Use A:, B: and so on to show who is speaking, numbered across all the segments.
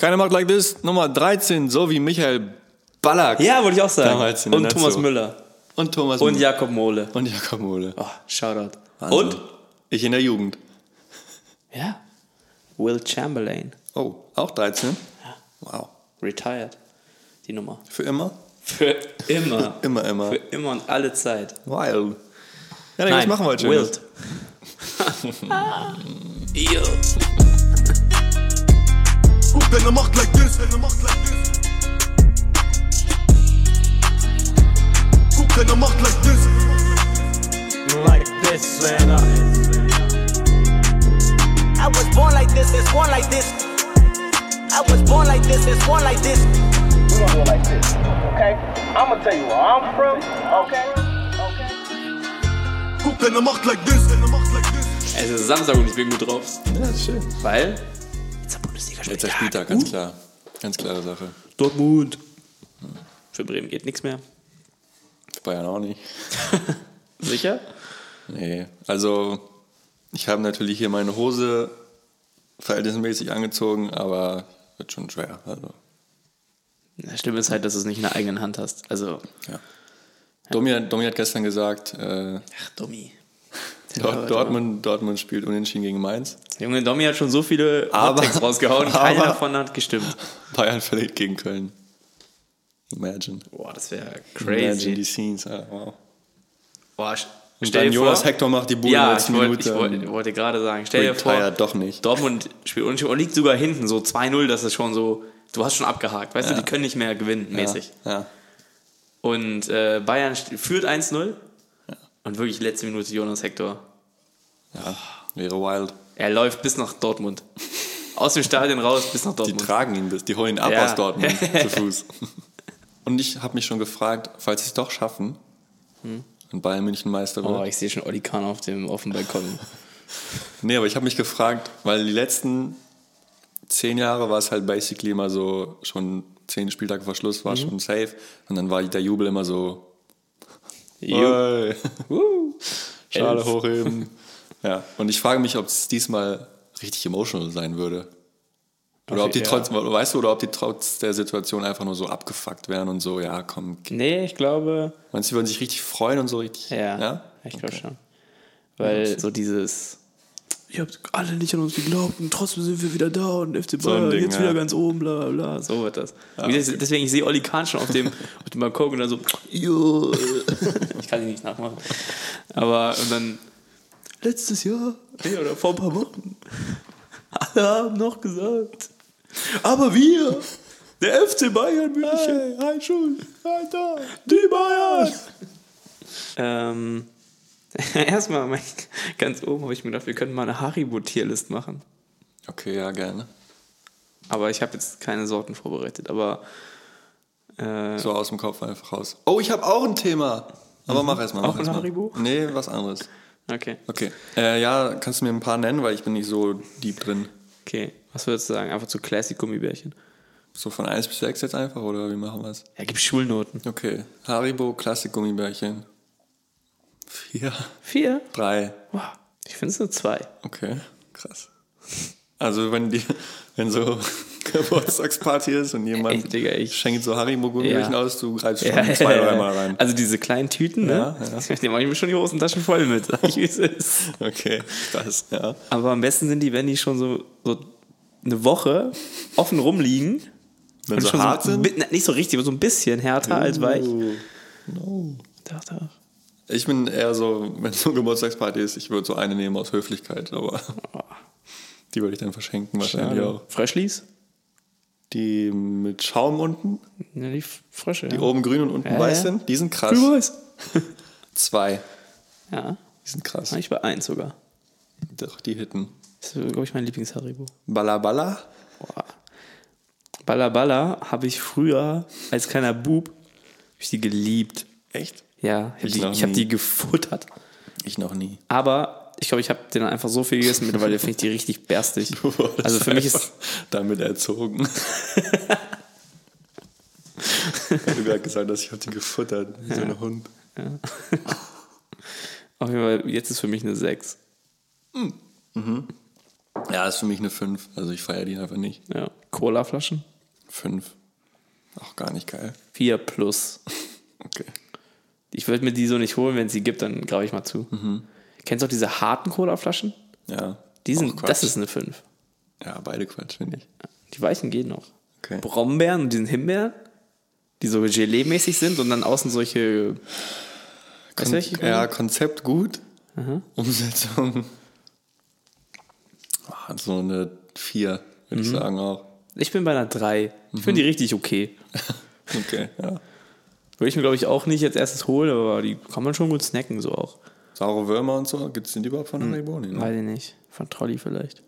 A: Keiner macht like this. Nummer 13, so wie Michael Ballack.
B: Ja, wollte ich auch sagen.
A: Damals in der
B: und
A: Nacht
B: Thomas
A: so.
B: Müller.
A: Und Thomas
B: Und
A: Müller.
B: Jakob Mohle.
A: Und Jakob Mole.
B: Oh, Shoutout.
A: Wahnsinn.
B: Und?
A: Ich in der Jugend.
B: Ja. Will Chamberlain.
A: Oh, auch 13? Wow.
B: Retired. Die Nummer.
A: Für immer?
B: Für immer.
A: Immer, immer.
B: Für immer und alle Zeit.
A: Wild. Ja, dann was machen wir heute Schönes?
B: Wild. Yo.
C: Wenn er macht like this, wenn er macht like this. Guck, wenn er macht like this.
D: like this, man.
E: I was born like this, it's born like this. I was born like this, it's born like this.
F: We gonna do it like this, okay? I'm gonna tell you where I'm from, okay? Okay.
C: Guck, wenn er macht like this, wenn er macht like this.
B: Es ist Samstag und ich bin gut drauf.
A: Ja, ist schön.
B: Weil? Jetzt der Bundesliga
A: Letzter Spieltag, ganz klar. Ganz klare Sache.
B: Dortmund. Für Bremen geht nichts mehr.
A: Für Bayern auch nicht.
B: Sicher?
A: Nee, also ich habe natürlich hier meine Hose verhältnismäßig angezogen, aber wird schon schwer. Also,
B: Das Schlimme ist halt, dass du es nicht in der eigenen Hand hast. Also,
A: ja. Domi, hat- Domi hat gestern gesagt, äh,
B: ach, Domi.
A: Dort,
B: also-
A: Dortmund, Dortmund spielt unentschieden gegen Mainz.
B: Junge, Domi hat schon so viele
A: Aber-
B: Outtakes rausgehauen, keiner
A: aber-
B: davon hat gestimmt.
A: Bayern verliert gegen Köln. Imagine.
B: Boah, das wäre
A: Imagine die
B: crazy.
A: Scenes. Ah, wow.
B: Boah, st-
A: Und
B: stell
A: dann
B: dir
A: Jonas
B: vor,
A: Hector macht die Bude in der
B: ja, ich
A: letzten
B: wollte,
A: Minute.
B: ich wollte, wollte gerade sagen, stell dir vor,
A: Retired, doch nicht.
B: Dortmund spielt unentschieden und liegt sogar hinten, so 2-0, das ist schon so, du hast schon abgehakt, weißt
A: Ja.
B: du, die können nicht mehr gewinnen, mäßig.
A: Ja, ja.
B: Und äh, Bayern st- führt 1-0 und wirklich letzte Minute Jonas Hector.
A: Wäre wild.
B: Er läuft bis nach Dortmund. Aus dem Stadion raus bis nach
A: Die
B: Dortmund.
A: tragen ihn bis, die holen ihn ab
B: Ja.
A: aus Dortmund zu Fuß. Und ich habe mich schon gefragt, falls sie es doch schaffen und Bayern München Meister wird.
B: Oh, ich sehe schon Oli Kahn auf dem offenen Balkon.
A: Nee, aber ich habe mich gefragt, weil die letzten zehn Jahre war es halt basically immer so, schon zehn Spieltage vor Schluss
B: Mhm.
A: war schon safe und dann war der Jubel immer so,
B: Jupp.
A: "Ey, wuhu, Äh, Schale
B: Elf."
A: hochheben. ja, und ich frage mich, ob es diesmal richtig emotional sein würde. Oder ob die
B: ja.
A: trotz, weißt du, oder ob die trotz der Situation einfach nur so abgefuckt wären und so, ja, komm.
B: Nee, ich glaube,
A: Meinst du, die würden sich richtig freuen und so richtig?
B: Ja, ich glaube schon. Weil so dieses. Ihr habt alle nicht an uns geglaubt und trotzdem sind wir wieder da und FC
A: ein
B: Bayern
A: Ding,
B: jetzt wieder
A: ja.
B: ganz oben, bla bla bla. So wird das. Wie das- Deswegen, ich sehe Oli Kahn schon auf dem, auf dem Balkon und dann so, jo. ich kann ihn nicht nachmachen. Aber und dann, letztes Jahr, nee, oder vor ein paar Wochen, alle haben noch gesagt, aber wir, der FC Bayern München, hey, schon, Alter, die Bayern. Ähm, erstmal mein, ganz oben habe ich mir gedacht, wir könnten mal eine Haribo-Tierlist machen.
A: Okay, ja, ne? gerne.
B: Aber ich habe jetzt keine Sorten vorbereitet. Aber äh,
A: So aus dem Kopf einfach raus. Oh, ich habe auch ein Thema. Aber mach erstmal.
B: Mhm. Auch ein Haribo?
A: Nee, was anderes.
B: okay,
A: Okay. Äh, ja, kannst du mir ein paar nennen, weil ich bin nicht so deep drin.
B: okay. Was würdest du sagen? Einfach zu Classic Gummibärchen.
A: So von 1 bis 6 jetzt einfach oder wie machen wir es?
B: Ja, gibt Schulnoten.
A: Okay. Haribo, Klassik Gummibärchen. 4,
B: Vier?
A: 3.
B: Wow. Ich finde es nur zwei.
A: Okay, krass. Also wenn die, wenn so Geburtstagsparty ist und jemand
B: Ey, Digga, ich-
A: schenkt so Haribo Gummibärchen
B: Ja.
A: aus, du greifst schon zwei, dreimal rein.
B: Also diese kleinen Tüten, ne?
A: Ja, ja.
B: Die mache ich mir schon die Hosentaschen voll mit, sag ich, wie es ist.
A: Okay, krass, ja.
B: Aber am besten sind die, wenn die schon so, so eine Woche offen rumliegen.
A: Wenn so
B: schon
A: hart
B: ein
A: sind. Uh.
B: bi- ne, nicht so richtig, aber so ein bisschen härter als weich. Doch, doch.
A: Ich bin eher so, wenn so Geburtstagsparty ist, ich würde so eine nehmen aus Höflichkeit, aber
B: Oh.
A: die würde ich dann verschenken wahrscheinlich auch.
B: Ähm, Fröschlis?
A: Die mit Schaum unten,
B: Ja, die F- Frösche.
A: die
B: ja.
A: oben grün und unten
B: Ja,
A: weiß
B: ja.
A: sind, die sind krass.
B: Grün-Weiß.
A: Zwei,
B: Ja,
A: die sind krass.
B: ich war eins sogar.
A: Doch, die hitten.
B: Das ist, glaube ich, mein Lieblings-Haribo.
A: Balla Balla,
B: Boah. Balla Balla habe ich früher als kleiner Bub hab ich die geliebt.
A: echt?
B: Ja, ich habe
A: Ich
B: die,
A: noch
B: ich hab
A: nie.
B: die gefuttert.
A: Ich noch nie.
B: Aber ich glaube, ich habe den einfach so viel gegessen, mittlerweile finde ich die richtig berstig. Also für mich ist
A: damit erzogen. ich habe gerade gesagt, dass ich habe die gefuttert, wie so ein Hund.
B: auf jeden Fall, jetzt ist für mich eine 6.
A: Ja, ist für mich eine 5. Also ich feiere die einfach nicht.
B: Ja. Cola-Flaschen?
A: 5. Auch gar nicht geil.
B: 4 plus.
A: Okay.
B: Ich würde mir die so nicht holen, wenn es sie gibt, dann greife ich mal zu.
A: Mhm.
B: Kennst du auch diese harten Cola-Flaschen?
A: Ja.
B: Die
A: Auch
B: sind,
A: Quatsch.
B: das ist eine 5.
A: Ja, beide Quatsch, finde ich.
B: Die weichen gehen noch.
A: Okay.
B: Brombeeren und diesen Himbeeren, die so Gelee-mäßig sind und dann außen solche. Weißt du, welche ich meine?
A: ja, Konzept gut.
B: Mhm.
A: Umsetzung. Ah, So eine 4, würde
B: Mhm.
A: ich sagen auch.
B: Ich bin bei einer 3. Ich finde die richtig okay.
A: Okay, ja.
B: Würde ich mir, glaube ich, auch nicht als erstes holen, aber die kann man schon gut snacken, so auch.
A: Saure Würmer und so, gibt es den überhaupt
B: Hm.
A: von Mariboni? Ne?
B: Weiß ich nicht. Von Trolli vielleicht.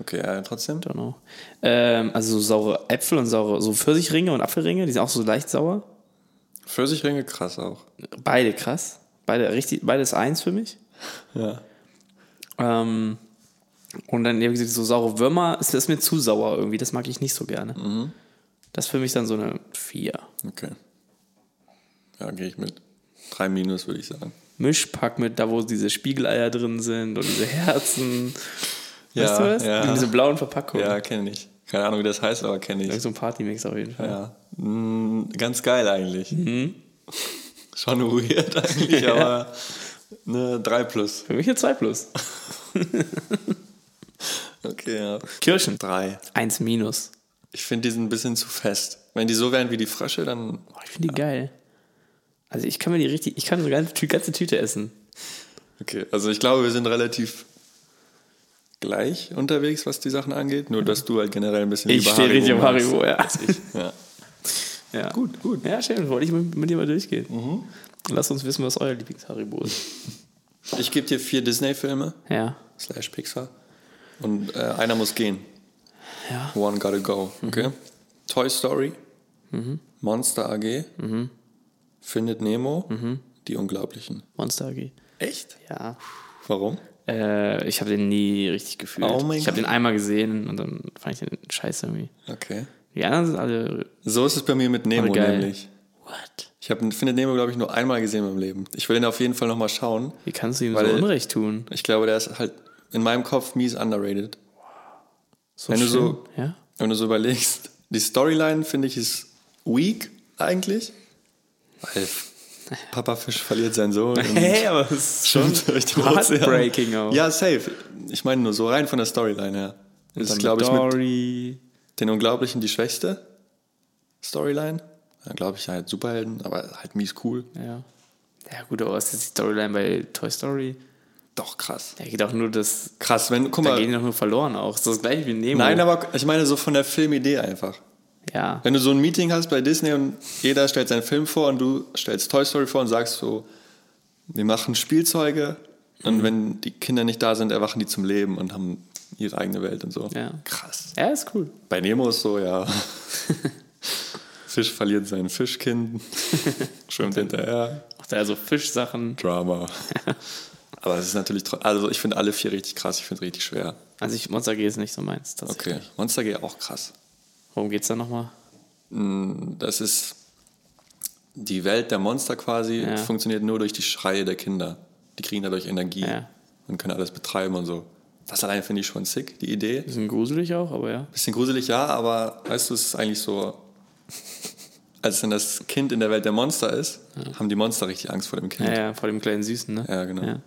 A: Okay, ja, trotzdem.
B: Don't know. Ähm, also so saure Äpfel und saure, so Pfirsichringe und Apfelringe, die sind auch so leicht sauer.
A: Pfirsichringe, krass auch.
B: Beide krass. Beide richtig, beides eins für mich.
A: Ja.
B: Ähm, und dann eben so saure Würmer, ist, ist mir zu sauer irgendwie, das mag ich nicht so gerne. Das ist für mich dann so eine 4.
A: Okay. Ja, gehe ich mit. 3 minus, würde ich sagen.
B: Mischpack mit, da wo diese Spiegeleier drin sind und diese Herzen. weißt du was?
A: Ja,
B: Und diese blauen Verpackungen.
A: ja kenne ich. Keine Ahnung, wie das heißt, aber kenne ich.
B: So ein Partymix auf jeden Fall.
A: Ja. Mm, ganz geil eigentlich.
B: Mhm.
A: Schon weird eigentlich, aber eine 3 plus.
B: Für mich eine 2 plus.
A: Okay, ja.
B: Kirschen.
A: 3.
B: 1 minus.
A: Ich finde die sind ein bisschen zu fest. Wenn die so wären wie die Frösche, dann.
B: Boah, ich finde die geil. Also ich kann mir die richtig, ich kann so ganze, die ganze Tüte essen.
A: Okay, also ich glaube, wir sind relativ gleich unterwegs, was die Sachen angeht. Nur, dass du halt generell ein bisschen
B: Ich
A: lieber
B: stehe richtig auf
A: magst.
B: Haribo, ja.
A: Ja.
B: ja. Gut, gut. Ja, schön, wollte ich mit, mit dir mal durchgehen. Mhm. Lasst uns wissen, was euer Lieblings-Haribo ist.
A: Ich gebe dir vier Disney-Filme,
B: Ja.
A: slash Pixar. Und äh, einer muss gehen.
B: Ja. Mhm.
A: One gotta go. Okay. Toy Story. Monster AG.
B: Mhm.
A: Findet Nemo. Die Unglaublichen.
B: Monster AG.
A: Echt?
B: Ja.
A: Warum?
B: Äh, ich habe den nie richtig gefühlt.
A: Oh mein
B: ich habe
A: Gott.
B: den einmal gesehen und dann fand ich den scheiße irgendwie.
A: Okay.
B: Die anderen sind alle.
A: So ist es bei mir mit Nemo
B: Aber geil.
A: nämlich.
B: What?
A: Ich habe Findet Nemo, glaube ich, nur einmal gesehen im Leben. Ich will ihn auf jeden Fall nochmal schauen.
B: Wie kannst du ihm
A: Weil-
B: so Unrecht tun?
A: Ich glaube, der ist halt in meinem Kopf mies underrated.
B: So
A: Wenn du
B: schlimm.
A: so-
B: Ja?
A: Wenn du so überlegst, die Storyline finde ich ist weak eigentlich. Weil Papa Fisch verliert seinen Sohn. und-
B: Hey, aber es ist schon
A: durch den
B: heartbreaking
A: Ozean.
B: auch.
A: Ja, safe. Ich meine nur so rein von der Storyline her. Das ist, glaube ich, mit
B: Dory.
A: den Unglaublichen die schwächste Storyline. Dann glaube ich halt Superhelden, aber halt mies cool.
B: Ja. Ja, gut, aber was ist die Storyline bei Toy Story?
A: Doch krass.
B: Da geht auch nur das.
A: Krass, wenn, guck
B: Da gehen
A: mal.
B: die doch nur verloren auch. Das ist das gleiche wie Nemo.
A: Nein, aber ich meine so von der Filmidee einfach.
B: Ja.
A: Wenn du so ein Meeting hast bei Disney und jeder stellt seinen Film vor und du stellst Toy Story vor und sagst so, wir machen Spielzeuge und wenn die Kinder nicht da sind, erwachen die zum Leben und haben ihre eigene Welt und so.
B: Ja.
A: Krass.
B: Ja, ist cool.
A: Bei Nemo ist so, ja. Fisch verliert sein Fischkind, schwimmt hinterher,
B: Macht er also Fischsachen.
A: Drama. Aber es ist natürlich, tro- also ich finde alle vier richtig krass, ich finde es richtig schwer.
B: Also, ich, Monster AG ist nicht so meins. Das
A: Okay, Monster G auch krass.
B: Worum geht's da nochmal?
A: Das ist die Welt der Monster quasi,
B: Ja.
A: funktioniert nur durch die Schreie der Kinder. Die kriegen dadurch Energie
B: Ja.
A: und können alles betreiben und so. Das allein finde ich schon sick, die Idee.
B: Bisschen gruselig auch, aber ja.
A: Bisschen gruselig, ja, aber weißt du, es ist eigentlich so, als dann das Kind in der Welt der Monster ist, haben die Monster richtig Angst vor dem Kind.
B: Ja, ja, vor dem kleinen Süßen, ne?
A: Ja, genau.
B: Ja,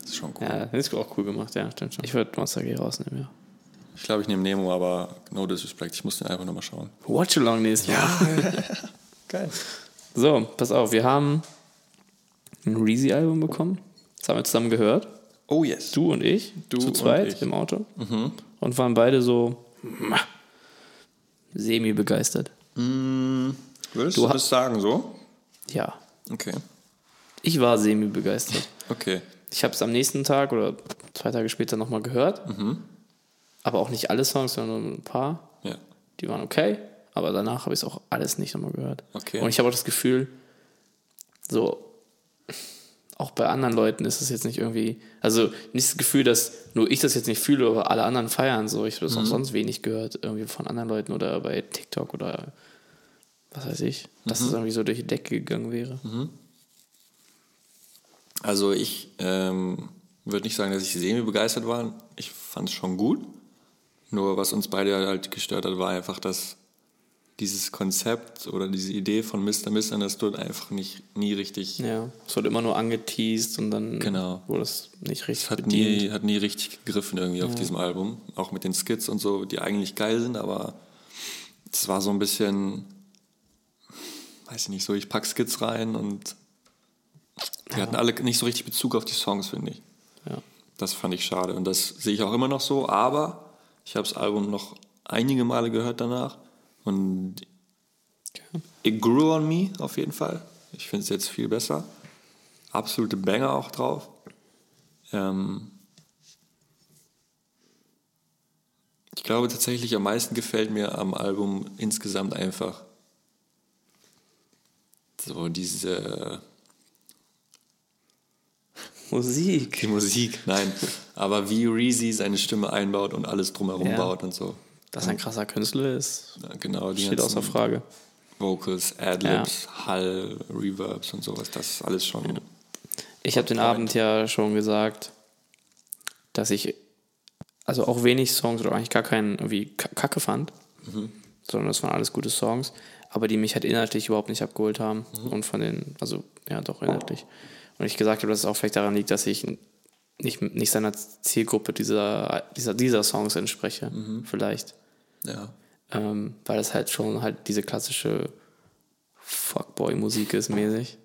A: Das ist schon cool.
B: ja das ist auch cool gemacht, ja, stimmt schon. Ich würde Monster AG rausnehmen, ja.
A: Ich glaube, ich nehme Nemo, aber no disrespect, ich muss den einfach nochmal schauen.
B: Watch Along nächstes Mal.
A: Geil.
B: So, pass auf, wir haben ein Reezy-Album bekommen. Das haben wir zusammen gehört.
A: Oh yes.
B: Du und ich.
A: Du
B: zu
A: und
B: zweit
A: ich. Mhm.
B: im Auto. Und waren beide so mah, semi-begeistert.
A: Würdest
B: Du
A: du
B: ha-
A: das sagen so?
B: Ja.
A: Okay.
B: Ich war semi-begeistert.
A: Okay.
B: Ich habe es am nächsten Tag oder zwei Tage später nochmal gehört.
A: Mhm.
B: Aber auch nicht alle Songs, sondern nur ein paar.
A: Ja.
B: die waren okay, aber danach habe ich es auch alles nicht nochmal gehört.
A: Okay.
B: Und ich habe auch das Gefühl, so, auch bei anderen Leuten ist es jetzt nicht irgendwie, also nicht das Gefühl, dass nur ich das jetzt nicht fühle, aber alle anderen feiern so. Ich habe
A: Mhm.
B: das auch sonst wenig gehört, irgendwie von anderen Leuten oder bei TikTok oder was weiß ich, dass
A: Mhm.
B: es irgendwie so durch die Decke gegangen wäre.
A: Also ich ähm, würde nicht sagen, dass ich semi-begeistert war. Ich fand es schon gut. Nur was uns beide halt gestört hat, war einfach, dass dieses Konzept oder diese Idee von Mr. Misunderstood einfach nicht nie richtig.
B: Ja, es wurde immer nur angeteased und dann
A: Genau.
B: wurde es nicht richtig
A: Es hat
B: bedient.
A: nie, hat nie richtig gegriffen irgendwie auf diesem Album. Auch mit den Skits und so, die eigentlich geil sind, aber es war so ein bisschen, weiß ich nicht, so ich pack Skits rein und die hatten alle nicht so richtig Bezug auf die Songs, finde ich.
B: Ja.
A: Das fand ich schade und das sehe ich auch immer noch so, aber ich habe das Album noch einige Male gehört danach und it grew on me auf jeden Fall. Ich finde es jetzt viel besser. Absolute Banger auch drauf. Ähm ich glaube tatsächlich am meisten gefällt mir am Album insgesamt einfach so diese
B: Musik.
A: die Musik, nein, aber wie Reezy seine Stimme einbaut und alles drumherum
B: Ja.
A: baut und so.
B: Dass er ein krasser Künstler ist,
A: Ja, Genau, die
B: steht
A: ganzen
B: außer Frage.
A: Vocals, Adlibs, Hall, Reverbs und sowas, das ist alles schon.
B: Ich habe den Abend ja schon gesagt, dass ich also auch wenig Songs oder eigentlich gar keinen irgendwie Ka- Kacke fand, sondern das waren alles gute Songs, aber die mich halt inhaltlich überhaupt nicht abgeholt haben und von den, also ja doch inhaltlich. Und ich gesagt habe, dass es auch vielleicht daran liegt, dass ich nicht, nicht seiner Zielgruppe dieser, dieser, dieser Songs entspreche, vielleicht.
A: Ja.
B: Ähm, weil das halt schon halt diese klassische Fuckboy-Musik ist mäßig.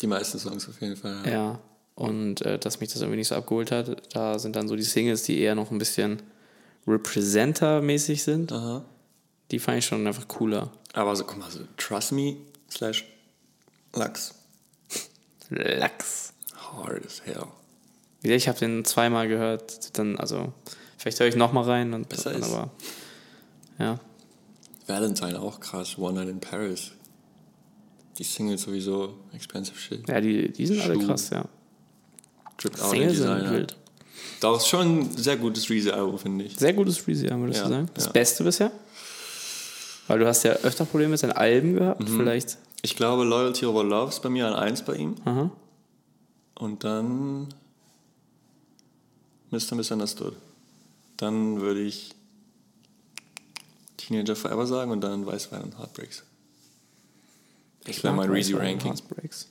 A: Die meisten Songs auf jeden Fall. Ja.
B: Ja, und äh, dass mich das irgendwie nicht so abgeholt hat, da sind dann so die Singles, die eher noch ein bisschen Representer-mäßig sind.
A: Aha.
B: Die fand ich schon einfach cooler.
A: Aber so, guck mal, so Trust Me slash Lux.
B: Lachs.
A: Hard as hell.
B: Wie gesagt, Ich habe den zweimal gehört, dann, also, vielleicht höre ich nochmal rein und
A: Besser
B: dann
A: ist.
B: aber. Ja.
A: Valentine auch krass. One Night in Paris. Die Singles sowieso. Expensive Shit.
B: Ja, die, die sind alle
A: Schuh.
B: krass, ja.
A: Tripped out in
B: Singles sind
A: Designer.
B: wild.
A: Das ist schon ein sehr gutes Reezy-Album, finde ich.
B: Sehr gutes Reezy, würdest
A: Ja,
B: du sagen. Das
A: ja.
B: Beste bisher. Weil du hast ja öfter Probleme mit seinen Alben gehabt,
A: Mhm.
B: vielleicht.
A: Ich glaube, Loyalty Over Love ist bei mir an 1 bei ihm.
B: Aha.
A: Und dann Mr. Misunderstood. Dann würde ich Teenager Forever sagen und dann Weißwein und Heartbreaks. Das wäre mein Reezy Ranking.
B: Heartbreaks.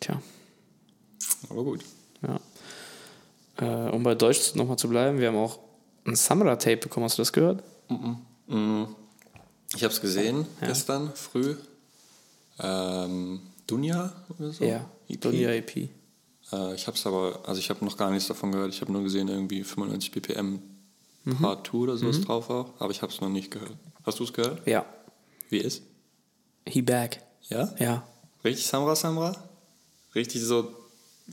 B: Tja.
A: Aber gut.
B: Ja. Äh, um bei Deutsch nochmal zu bleiben, wir haben auch ein Samra-Tape bekommen. Hast du das gehört?
A: Ich habe es gesehen gestern früh. Ähm, Dunja oder so? EP.
B: Donia EP.
A: Äh, ich habe es aber, also ich habe noch gar nichts davon gehört. Ich habe nur gesehen, irgendwie 95 BPM
B: Mhm.
A: Part 2 oder so ist drauf auch. Aber ich habe es noch nicht gehört. Hast du es gehört?
B: Ja.
A: Wie ist?
B: He back.
A: Ja?
B: Ja.
A: Richtig Samra Samra? Richtig so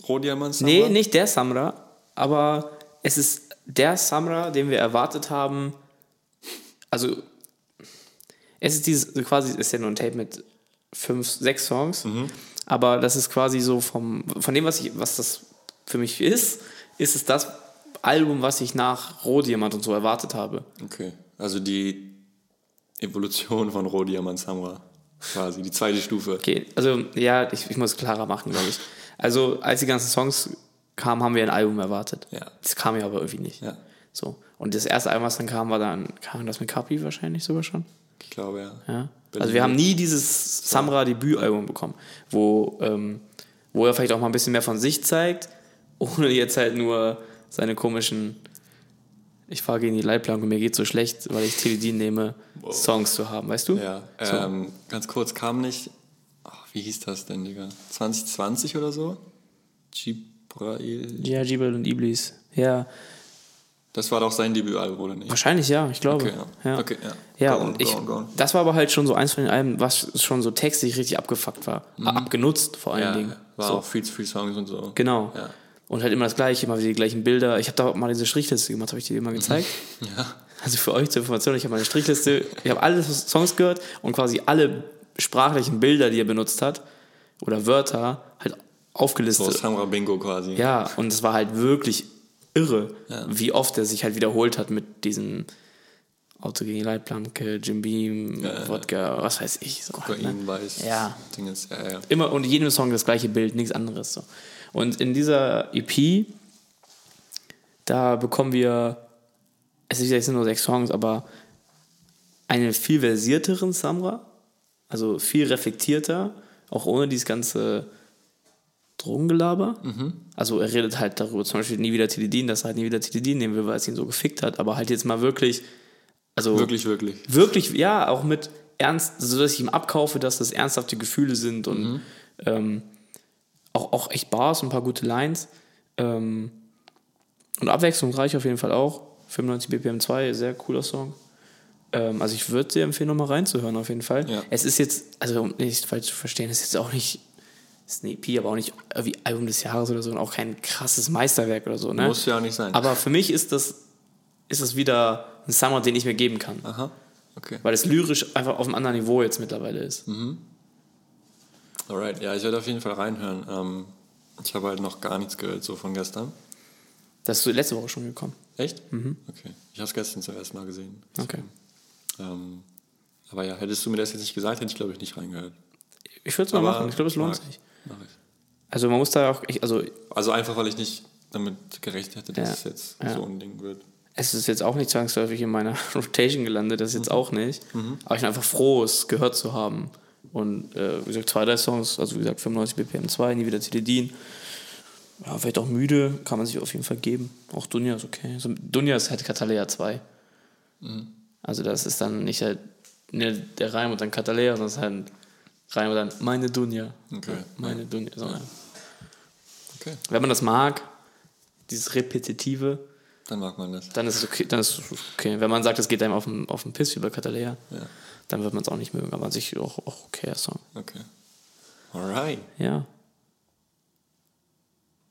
A: Rohdiamant Samra?
B: Nee, nicht der Samra, aber es ist der Samra, den wir erwartet haben. Also, es ist dieses, so quasi, es ist ja nur ein Tape mit fünf, sechs Songs, aber das ist quasi so vom, von dem, was ich, was das für mich ist, ist es das Album, was ich nach Rohdiamant und so erwartet habe.
A: Okay, also die Evolution von Rohdiamant Samra. Quasi, die zweite Stufe.
B: Okay, also ja, ich, ich muss es klarer machen, glaube ich. Also, als die ganzen Songs kamen, haben wir ein Album erwartet.
A: Ja.
B: Das kam ja aber irgendwie nicht.
A: Ja.
B: So. Und das erste Album, was dann kam, war dann, kam das mit Kapi wahrscheinlich sogar schon.
A: Ich glaube, ja.
B: Ja. Also wir haben nie dieses Samra-Debütalbum bekommen, wo, ähm, wo er vielleicht auch mal ein bisschen mehr von sich zeigt, ohne jetzt halt nur seine komischen ich fahre gegen die Leitplanke, mir geht so schlecht, weil ich Teledin nehme, Songs zu haben, weißt du?
A: Ja,
B: So.
A: ähm, ganz kurz, kam nicht, ach, wie hieß das denn, Digga? 2020 oder so? Gibrail.
B: Ja, Jibel und Iblis. Ja,
A: Das war doch sein Debütalbum, oder nicht?
B: Wahrscheinlich ja, ich glaube.
A: Okay, ja.
B: ja.
A: Okay, ja.
B: Ja,
A: Go on,
B: und
A: go
B: ich,
A: on, go on.
B: das war aber halt schon so eins von den Alben, was schon so textlich richtig abgefuckt war. Abgenutzt vor allen
A: Mhm. Ja,
B: Dingen.
A: war
B: so.
A: auch viel zu viel Songs und so.
B: Genau.
A: Ja.
B: Und halt immer das Gleiche, immer wieder die gleichen Bilder. Ich habe da auch mal diese Strichliste gemacht, habe ich dir
A: Mhm.
B: immer gezeigt.
A: Ja.
B: Also für euch zur Information, ich habe meine Strichliste, ich habe alle Songs gehört und quasi alle sprachlichen Bilder, die er benutzt hat, oder Wörter, halt aufgelistet.
A: So Samra Bingo quasi.
B: Ja, und es war halt wirklich irre, wie oft er sich halt wiederholt hat mit diesen Auto gegen die Leitplanke, Jim Beam, Wodka, was weiß ich. So halt, ne?
A: Kokain, Weiß.
B: Ja.
A: Ding ist, ja, ja.
B: Immer und jedem Song das gleiche Bild, nichts anderes. So. Und in dieser EP, da bekommen wir, es ist- es sind nur sechs Songs, aber einen viel versierteren Samra, also viel reflektierter, auch ohne dieses ganze Drogengelaber. Also er redet halt darüber, zum Beispiel nie wieder Tilidin, dass er halt nie wieder Tilidin nehmen will, weil es ihn so gefickt hat, aber halt jetzt mal wirklich, also
A: Wirklich, wirklich.
B: wirklich, ja, auch mit ernst, so dass ich ihm abkaufe, dass das ernsthafte Gefühle sind und
A: Mhm.
B: ähm, auch, auch echt Bars und ein paar gute Lines. Ähm, und abwechslungsreich auf jeden Fall auch. 95 BPM 2, sehr cooler Song. Ähm, also ich würde dir empfehlen, nochmal reinzuhören auf jeden Fall.
A: Ja.
B: Es ist jetzt, also um nicht falsch zu verstehen, es ist jetzt auch nicht, es ist eine EP, aber auch nicht irgendwie Album des Jahres oder so und auch kein krasses Meisterwerk oder so. Ne?
A: Muss ja auch nicht sein.
B: Aber für mich ist das, ist das wieder ein Summer, den ich mir geben kann
A: Aha. Okay.
B: weil es lyrisch einfach auf einem anderen Niveau jetzt mittlerweile ist.
A: Alright, ja, ich werde auf jeden Fall reinhören. Ähm, ich habe halt noch gar nichts gehört, so von gestern.
B: Das ist so letzte Woche schon gekommen.
A: Echt? Mhm. Okay. Ich habe es gestern zum ersten Mal gesehen.
B: Okay.
A: Ähm, aber ja, hättest du mir das jetzt nicht gesagt, hätte ich glaube ich nicht reingehört.
B: Ich würde es mal
A: aber
B: machen. Ich glaube, es lohnt
A: mach ich.
B: sich.
A: Mach ich.
B: Also man muss da auch, ich, also
A: Also einfach, weil ich nicht damit gerechnet hätte, dass
B: Ja.
A: es jetzt
B: Ja.
A: so ein Ding wird.
B: es ist jetzt auch nicht zwangsläufig in meiner Rotation gelandet, das jetzt auch nicht. Aber ich bin einfach froh, es gehört zu haben. Und äh, wie gesagt, zwei, drei Songs, also wie gesagt 95 BPM 2, nie wieder Teledin. Ja, vielleicht auch müde, kann man sich auf jeden Fall geben. Auch Dunja ist okay. Also, Dunja ist halt Catalea 2. Also das ist dann nicht halt ne, der Reim und dann Catalea, sondern es ist halt ein Reim und dann meine Dunja.
A: Okay.
B: Meine Dunja. So, ja.
A: Okay,
B: Wenn man das mag, dieses Repetitive,
A: dann mag man das.
B: dann ist es okay. Dann ist es okay. Wenn man sagt, es geht einem auf den, auf den Piss über Catalea,
A: Ja.
B: dann wird man es auch nicht mögen. Aber an sich auch, auch okay, der Song.
A: Okay. Alright.
B: Ja.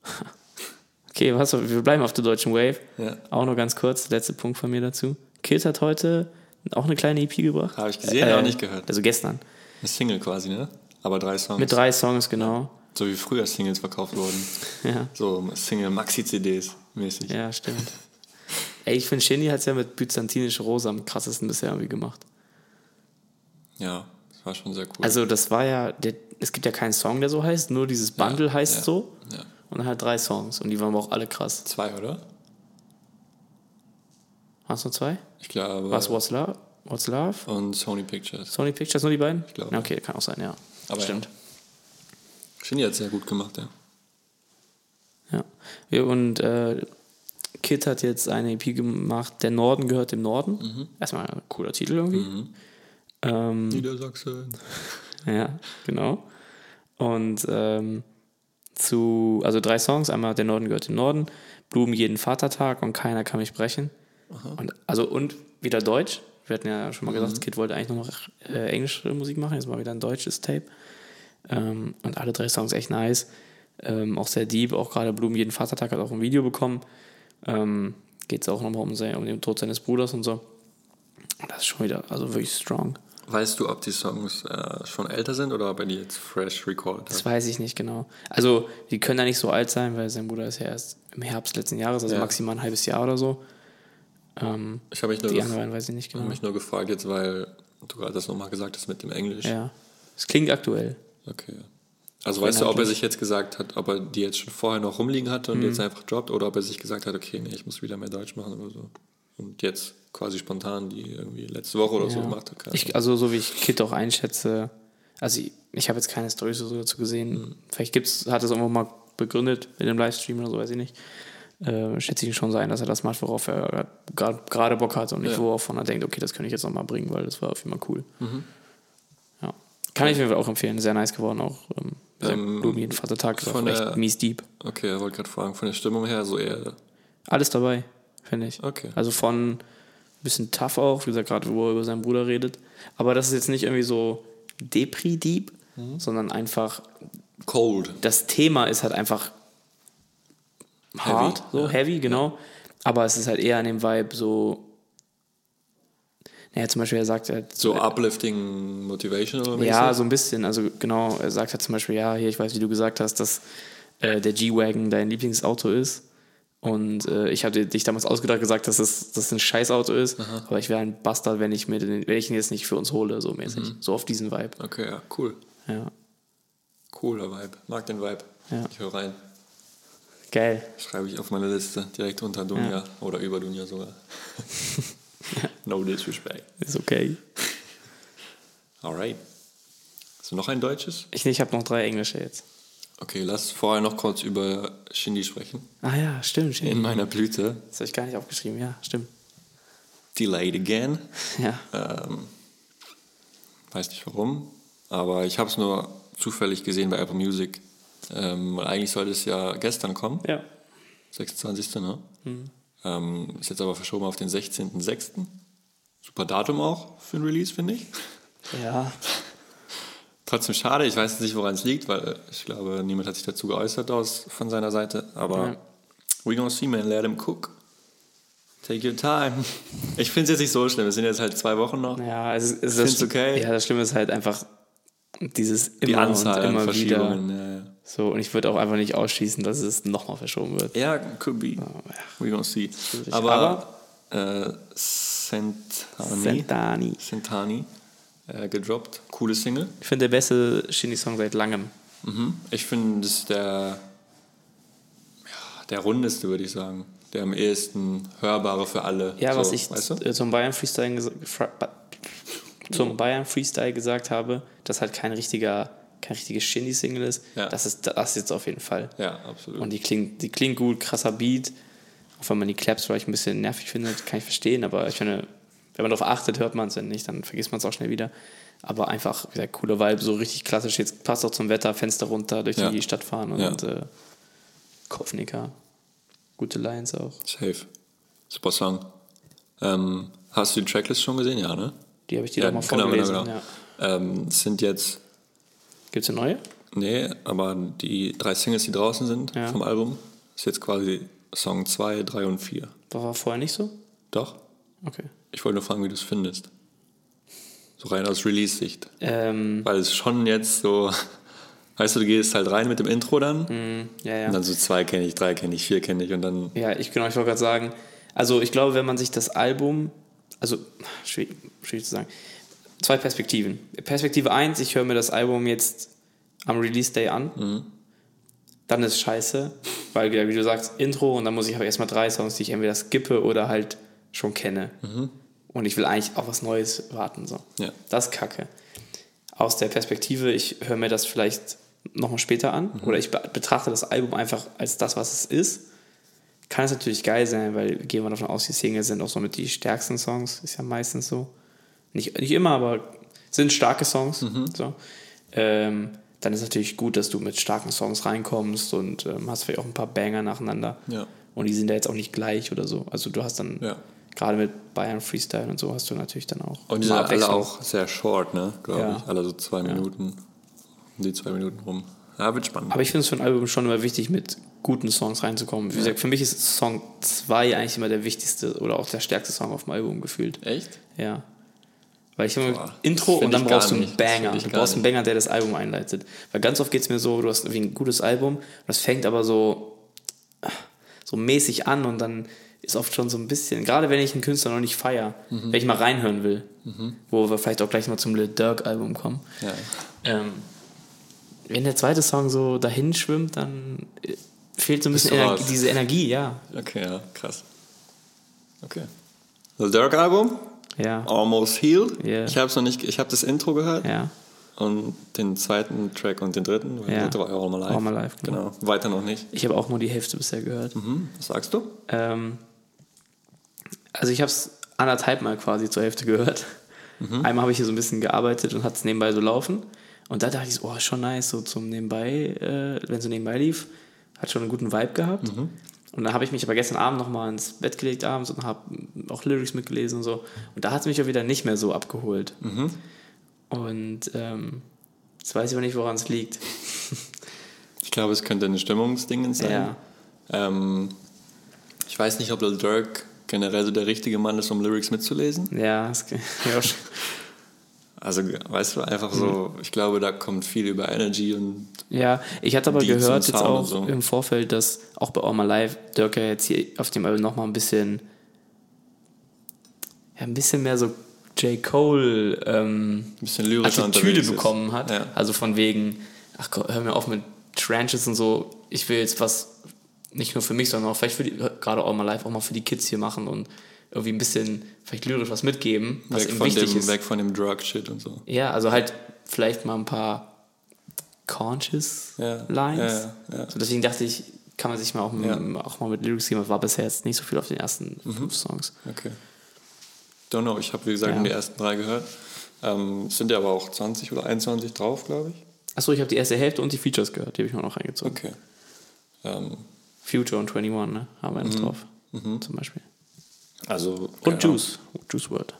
B: okay, was, wir bleiben auf der deutschen Wave.
A: Ja.
B: Auch nur ganz kurz, letzter Punkt von mir dazu. Kid hat heute auch eine kleine EP gebracht.
A: Habe ich gesehen, aber nicht gehört.
B: Also gestern.
A: Eine Single quasi, ne? Aber drei Songs.
B: Mit drei Songs, genau.
A: So wie früher Singles verkauft wurden.
B: Ja.
A: So Single-Maxi-CDs mäßig.
B: Ja, stimmt. Ey, ich finde, Shindy hat es ja mit Byzantinische Rose am krassesten bisher irgendwie gemacht.
A: Ja, das war schon sehr cool.
B: Also das war ja, der, es gibt ja keinen Song, der so heißt, nur dieses Bundle
A: Ja,
B: heißt
A: ja,
B: so.
A: ja.
B: Und dann halt drei Songs. Und die waren aber auch alle krass.
A: zwei, oder?
B: Hast du noch zwei?
A: Ich glaube.
B: Was, What's Love? What's Love?
A: Und Sony Pictures.
B: Sony Pictures, nur die beiden? Ich
A: glaube,
B: glaube. Okay, kann auch sein, ja.
A: Aber
B: Stimmt.
A: Shindy hat sehr gut gemacht, ja.
B: Ja. ja. Und äh, Kid hat jetzt eine EP gemacht, Der Norden gehört dem Norden.
A: Mhm.
B: Erstmal ein cooler Titel irgendwie. Ähm,
A: Niedersachsen.
B: Ja, genau. Und ähm, zu, also drei Songs, einmal Der Norden gehört dem Norden, Blumen jeden Vatertag und Keiner kann mich brechen. Und, also und wieder Deutsch. Wir hatten ja schon mal gesagt, das Kid wollte eigentlich nur noch äh, englische Musik machen, jetzt mal wieder ein deutsches Tape. Ähm, und alle drei Songs echt nice. Ähm, auch sehr deep, auch gerade Blumen jeden Vatertag hat auch ein Video bekommen. Ähm, Geht es auch nochmal um, sein, um den Tod seines Bruders und so. Das ist schon wieder, also wirklich strong.
A: Weißt du, ob die Songs äh, schon älter sind oder ob er die jetzt fresh recorded
B: Das
A: hat?
B: weiß ich nicht genau. Also, die können da nicht so alt sein, weil sein Bruder ist ja erst im Herbst letzten Jahres, also
A: Ja.
B: maximal ein halbes Jahr oder so. Ähm,
A: Ich habe mich, nur
B: die
A: gef-
B: anderen weiß ich
A: hab
B: nicht genau.
A: mich nur gefragt jetzt, weil du gerade das nochmal gesagt hast mit dem Englisch.
B: Ja. Es klingt aktuell.
A: Okay. Also weißt du, ob er sich jetzt gesagt hat, ob er die jetzt schon vorher noch rumliegen hatte und jetzt
B: Mhm.
A: einfach droppt oder ob er sich gesagt hat, okay, nee, ich muss wieder mehr Deutsch machen oder so. Und jetzt quasi spontan die irgendwie letzte Woche oder so
B: Ja.
A: gemacht hat. keine
B: ich,
A: Ahnung.
B: also, so wie ich Kid auch einschätze, also ich, ich habe jetzt keine Storys so dazu gesehen.
A: Hm.
B: Vielleicht gibt's, hat es irgendwo mal begründet in dem Livestream oder so, weiß ich nicht. Äh, schätze ich schon sein, dass er das macht, worauf er grad- gerade Bock hat und nicht
A: Ja.
B: worauf er denkt, okay, das könnte ich jetzt nochmal bringen, weil das war auf jeden Fall cool.
A: Mhm.
B: Ja. Kann ich mir auch empfehlen, sehr nice geworden auch. Ähm, wie gesagt,
A: Ähm,
B: Blumen jeden Vatertag ist auch
A: von
B: echt
A: der-
B: mies deep.
A: okay, ich wollte gerade fragen, von der Stimmung her so eher.
B: Alles dabei, finde ich.
A: Okay.
B: Also von ein bisschen tough auch, wie gesagt, gerade wo er über seinen Bruder redet. Aber das ist jetzt nicht irgendwie so Depri-Deep, sondern einfach,
A: Cold.
B: das Thema ist halt einfach hart, so heavy, genau. Aber es ist halt eher an dem Vibe so. Naja, zum Beispiel, er sagt halt.
A: So uplifting, motivational.
B: Ja, so ein bisschen. Also genau, er sagt ja zum Beispiel, ja, hier, ich weiß, wie du gesagt hast, dass äh, der G-Wagon dein Lieblingsauto ist. Und äh, ich habe dich damals ausgedacht gesagt, dass das, dass das ein Scheißauto ist, aber ich wäre ein Bastard, wenn ich mir den, wenn ich ihn jetzt nicht für uns hole, so mäßig. So auf diesen Vibe.
A: Okay, ja, cool.
B: Mhm. Ja.
A: Cooler Vibe. Mag den Vibe.
B: Ja.
A: Ich höre rein.
B: Geil.
A: Schreibe ich auf meine Liste. Direkt unter Dunja oder über Dunja sogar. no disrespect.
B: Ist okay.
A: Alright. Hast du noch ein deutsches?
B: Ich, ich habe noch drei Englische jetzt.
A: Okay, lass vorher noch kurz über Shindy sprechen.
B: Ah ja, stimmt, stimmt.
A: In meiner Blüte.
B: Das habe ich gar nicht aufgeschrieben, ja, stimmt.
A: Delayed again.
B: Ja.
A: Ähm, weiß nicht warum, aber ich habe es nur zufällig gesehen bei Apple Music. Ähm, weil eigentlich sollte es ja gestern kommen,
B: Ja.
A: 26. Ne? Ähm, ist jetzt aber verschoben auf den 16.06. Super Datum auch für ein Release, finde ich.
B: Ja.
A: Trotzdem schade, ich weiß jetzt nicht, woran es liegt, weil äh, ich glaube, niemand hat sich dazu geäußert aus, von seiner Seite. Aber
B: Ja.
A: we gonna see, man, let him cook. Take your time. Ich finde es jetzt nicht so schlimm, es sind jetzt halt zwei Wochen noch.
B: Ja, es ist, es
A: Find's
B: ist das,
A: okay?
B: Ja, das Schlimme ist halt einfach dieses immer
A: Die Anzahl
B: und
A: an
B: immer wieder.
A: Verschiebungen. Ja, ja.
B: So, und ich würde auch einfach nicht ausschließen, dass es nochmal verschoben wird.
A: Ja, could be. We gonna see.
B: Oh, Schwierig.
A: Aber, äh, Sentani,
B: Santani.
A: Sentani äh, gedroppt. Coole Single.
B: Ich finde der beste Shindy-Song seit langem.
A: Mhm. Ich finde, das ist der, ja, der rundeste, würde ich sagen. Der am ehesten hörbare für alle.
B: Ja,
A: So,
B: was ich
A: Weißt du?
B: äh, zum Bayern Freestyle gesa- fra- ba- zum Bayern Freestyle gesagt habe, dass halt kein richtiger kein richtiges Shindy Single ist,
A: Ja.
B: das ist das jetzt auf jeden Fall.
A: Ja, absolut.
B: Und die klingt die klingt gut, krasser Beat. Auch wenn man die Claps vielleicht ein bisschen nervig findet, kann ich verstehen, aber ich finde, wenn man darauf achtet, hört man es wenn nicht, dann vergisst man es auch schnell wieder. Aber einfach, wie gesagt, cooler Vibe, so richtig klassisch. Jetzt passt auch zum Wetter, Fenster runter, durch
A: Ja.
B: die Stadt fahren und,
A: Ja.
B: äh, Kopfnicker. Gute Lines auch.
A: Safe. Super Song. Ähm, hast du die Tracklist schon gesehen? Ja, genau. ne?
B: Die habe ich dir doch mal vorgelesen. Ja.
A: Ähm, es sind jetzt
B: Gibt es eine neue?
A: Nee, aber die drei Singles, die draußen sind
B: Ja.
A: vom Album, ist jetzt quasi Song 2, 3 und 4.
B: War, war vorher nicht so?
A: Doch?
B: Okay.
A: Ich wollte nur fragen, wie du es findest. So rein aus Release-Sicht.
B: Ähm,
A: Weil es schon jetzt so, weißt du, du gehst halt rein mit dem Intro dann.
B: Mhm. ja, ja.
A: Und dann so zwei kenne ich, drei kenne ich, vier kenne ich und dann.
B: Ja, ich genau, ich wollte gerade sagen, also ich glaube, wenn man sich das Album, also schwierig, schwierig zu sagen, zwei Perspektiven. Perspektive 1, ich höre mir das Album jetzt am Release Day an. Dann ist scheiße, weil wie du sagst, Intro und dann muss ich aber erstmal drei Songs, die ich entweder skippe oder halt schon kenne. Und ich will eigentlich auf was Neues warten. So.
A: Ja.
B: Das ist kacke. Aus der Perspektive, ich höre mir das vielleicht nochmal später an
A: Mhm.
B: oder ich be betrachte das Album einfach als das, was es ist kann es natürlich geil sein, weil gehen wir davon aus, die Singles sind auch somit die stärksten Songs, ist ja meistens so. Nicht, nicht immer, aber sind starke Songs.
A: Mhm.
B: So. Ähm, dann ist natürlich gut, dass du mit starken Songs reinkommst und ähm, hast vielleicht auch ein paar Banger nacheinander.
A: Ja.
B: Und die sind ja jetzt auch nicht gleich oder so. Also du hast dann,
A: Ja.
B: gerade mit Bayern Freestyle und so, hast du natürlich dann auch.
A: Und die sind
B: mal
A: alle
B: Abwechslung.
A: auch sehr short, ne? Glaube
B: Ja.
A: ich. Alle so zwei Minuten. Um die zwei Minuten rum. Ja, wird spannend.
B: Aber ich finde es für ein Album schon immer wichtig, mit guten Songs reinzukommen. Wie gesagt, für mich ist Song 2 eigentlich immer der wichtigste oder auch der stärkste Song auf dem Album gefühlt.
A: Echt?
B: Ja. Weil ich
A: Boah,
B: habe
A: das
B: Intro
A: find
B: und dann
A: ich gar
B: brauchst du einen
A: nicht. Das
B: Banger.
A: find ich
B: Du
A: gar
B: brauchst einen
A: nicht.
B: Banger, der das Album einleitet. Weil ganz oft geht es mir so, du hast irgendwie ein gutes Album, das fängt aber so, so mäßig an und dann ist oft schon so ein bisschen, gerade wenn ich einen Künstler noch nicht feier,
A: Mhm.
B: wenn ich mal reinhören will, wo wir vielleicht auch gleich mal zum Lil Durk Album kommen.
A: Ja.
B: Ähm, wenn der zweite Song so dahin schwimmt, dann äh, fehlt so ein
A: Bist
B: bisschen
A: du
B: Energie,
A: raus.
B: diese Energie, ja.
A: Okay, ja, krass. Okay. The Dirk Album?
B: Ja.
A: Oh. Almost Healed.
B: Yeah.
A: Ich habe noch nicht, ich habe das Intro gehört
B: Ja.
A: und den zweiten Track und den dritten. weil Der
B: Ja.
A: dritte war ja All My Life.
B: All My Life,
A: genau. Weiter noch nicht.
B: Ich habe auch nur die Hälfte bisher gehört.
A: Hm, was sagst du?
B: Ähm, also ich habe es anderthalb Mal quasi zur Hälfte gehört. Einmal habe ich hier so ein bisschen gearbeitet und hat es nebenbei so laufen. Und da dachte ich, so, oh, ist schon nice, so zum nebenbei, äh, wenn so nebenbei lief, hat schon einen guten Vibe gehabt. Und dann habe ich mich aber gestern Abend nochmal ins Bett gelegt abends und habe auch Lyrics mitgelesen und so. Und da hat es mich ja wieder nicht mehr so abgeholt. Und ähm, jetzt weiß ich aber nicht, woran es liegt.
A: Ich glaube, es könnte ein Stimmungsding sein.
B: Ja.
A: Ähm, ich weiß nicht, ob Lil Durk generell so der richtige Mann ist, um Lyrics mitzulesen.
B: Ja, es, ja, schon-
A: Also, weißt du, einfach so,
B: Mhm.
A: ich glaube, da kommt viel über Energy und
B: Ja, ich hatte aber
A: Beats und
B: gehört jetzt
A: Sound und
B: auch
A: so.
B: im Vorfeld, dass auch bei All My Life Dirk ja jetzt hier auf dem Album nochmal ein bisschen ja, ein bisschen mehr so J. Cole ähm,
A: ein bisschen lyrischer
B: Attitüde
A: unterwegs ist.
B: bekommen hat.
A: Ja.
B: Also von wegen, ach Gott, hör mir auf mit Trenches und so, ich will jetzt was nicht nur für mich, sondern auch vielleicht für die, gerade All My Life auch mal für die Kids hier machen und irgendwie ein bisschen vielleicht lyrisch was mitgeben, was
A: weg,
B: ihm
A: von
B: wichtig
A: dem,
B: ist.
A: weg von dem Drug-Shit und so.
B: Ja, also halt vielleicht mal ein paar conscious
A: Ja,
B: Lines.
A: ja, ja, ja.
B: So, deswegen dachte ich, kann man sich mal auch, m- auch mal mit Lyrics gehen, weil war bisher jetzt nicht so viel auf den ersten
A: Mhm.
B: fünf Songs.
A: Okay. Don't know, ich habe wie gesagt
B: Ja.
A: nur die ersten drei gehört. Ähm, es sind ja aber auch 20 oder 21 drauf, glaube ich.
B: Achso, ich habe die erste Hälfte und die Features gehört, die habe ich mir noch reingezogen.
A: Okay. Ähm,
B: Future und 21, ne? Haben wir noch
A: Mhm.
B: drauf. Zum Beispiel.
A: also. keine
B: Und
A: Ahnung.
B: Juice. Juice World.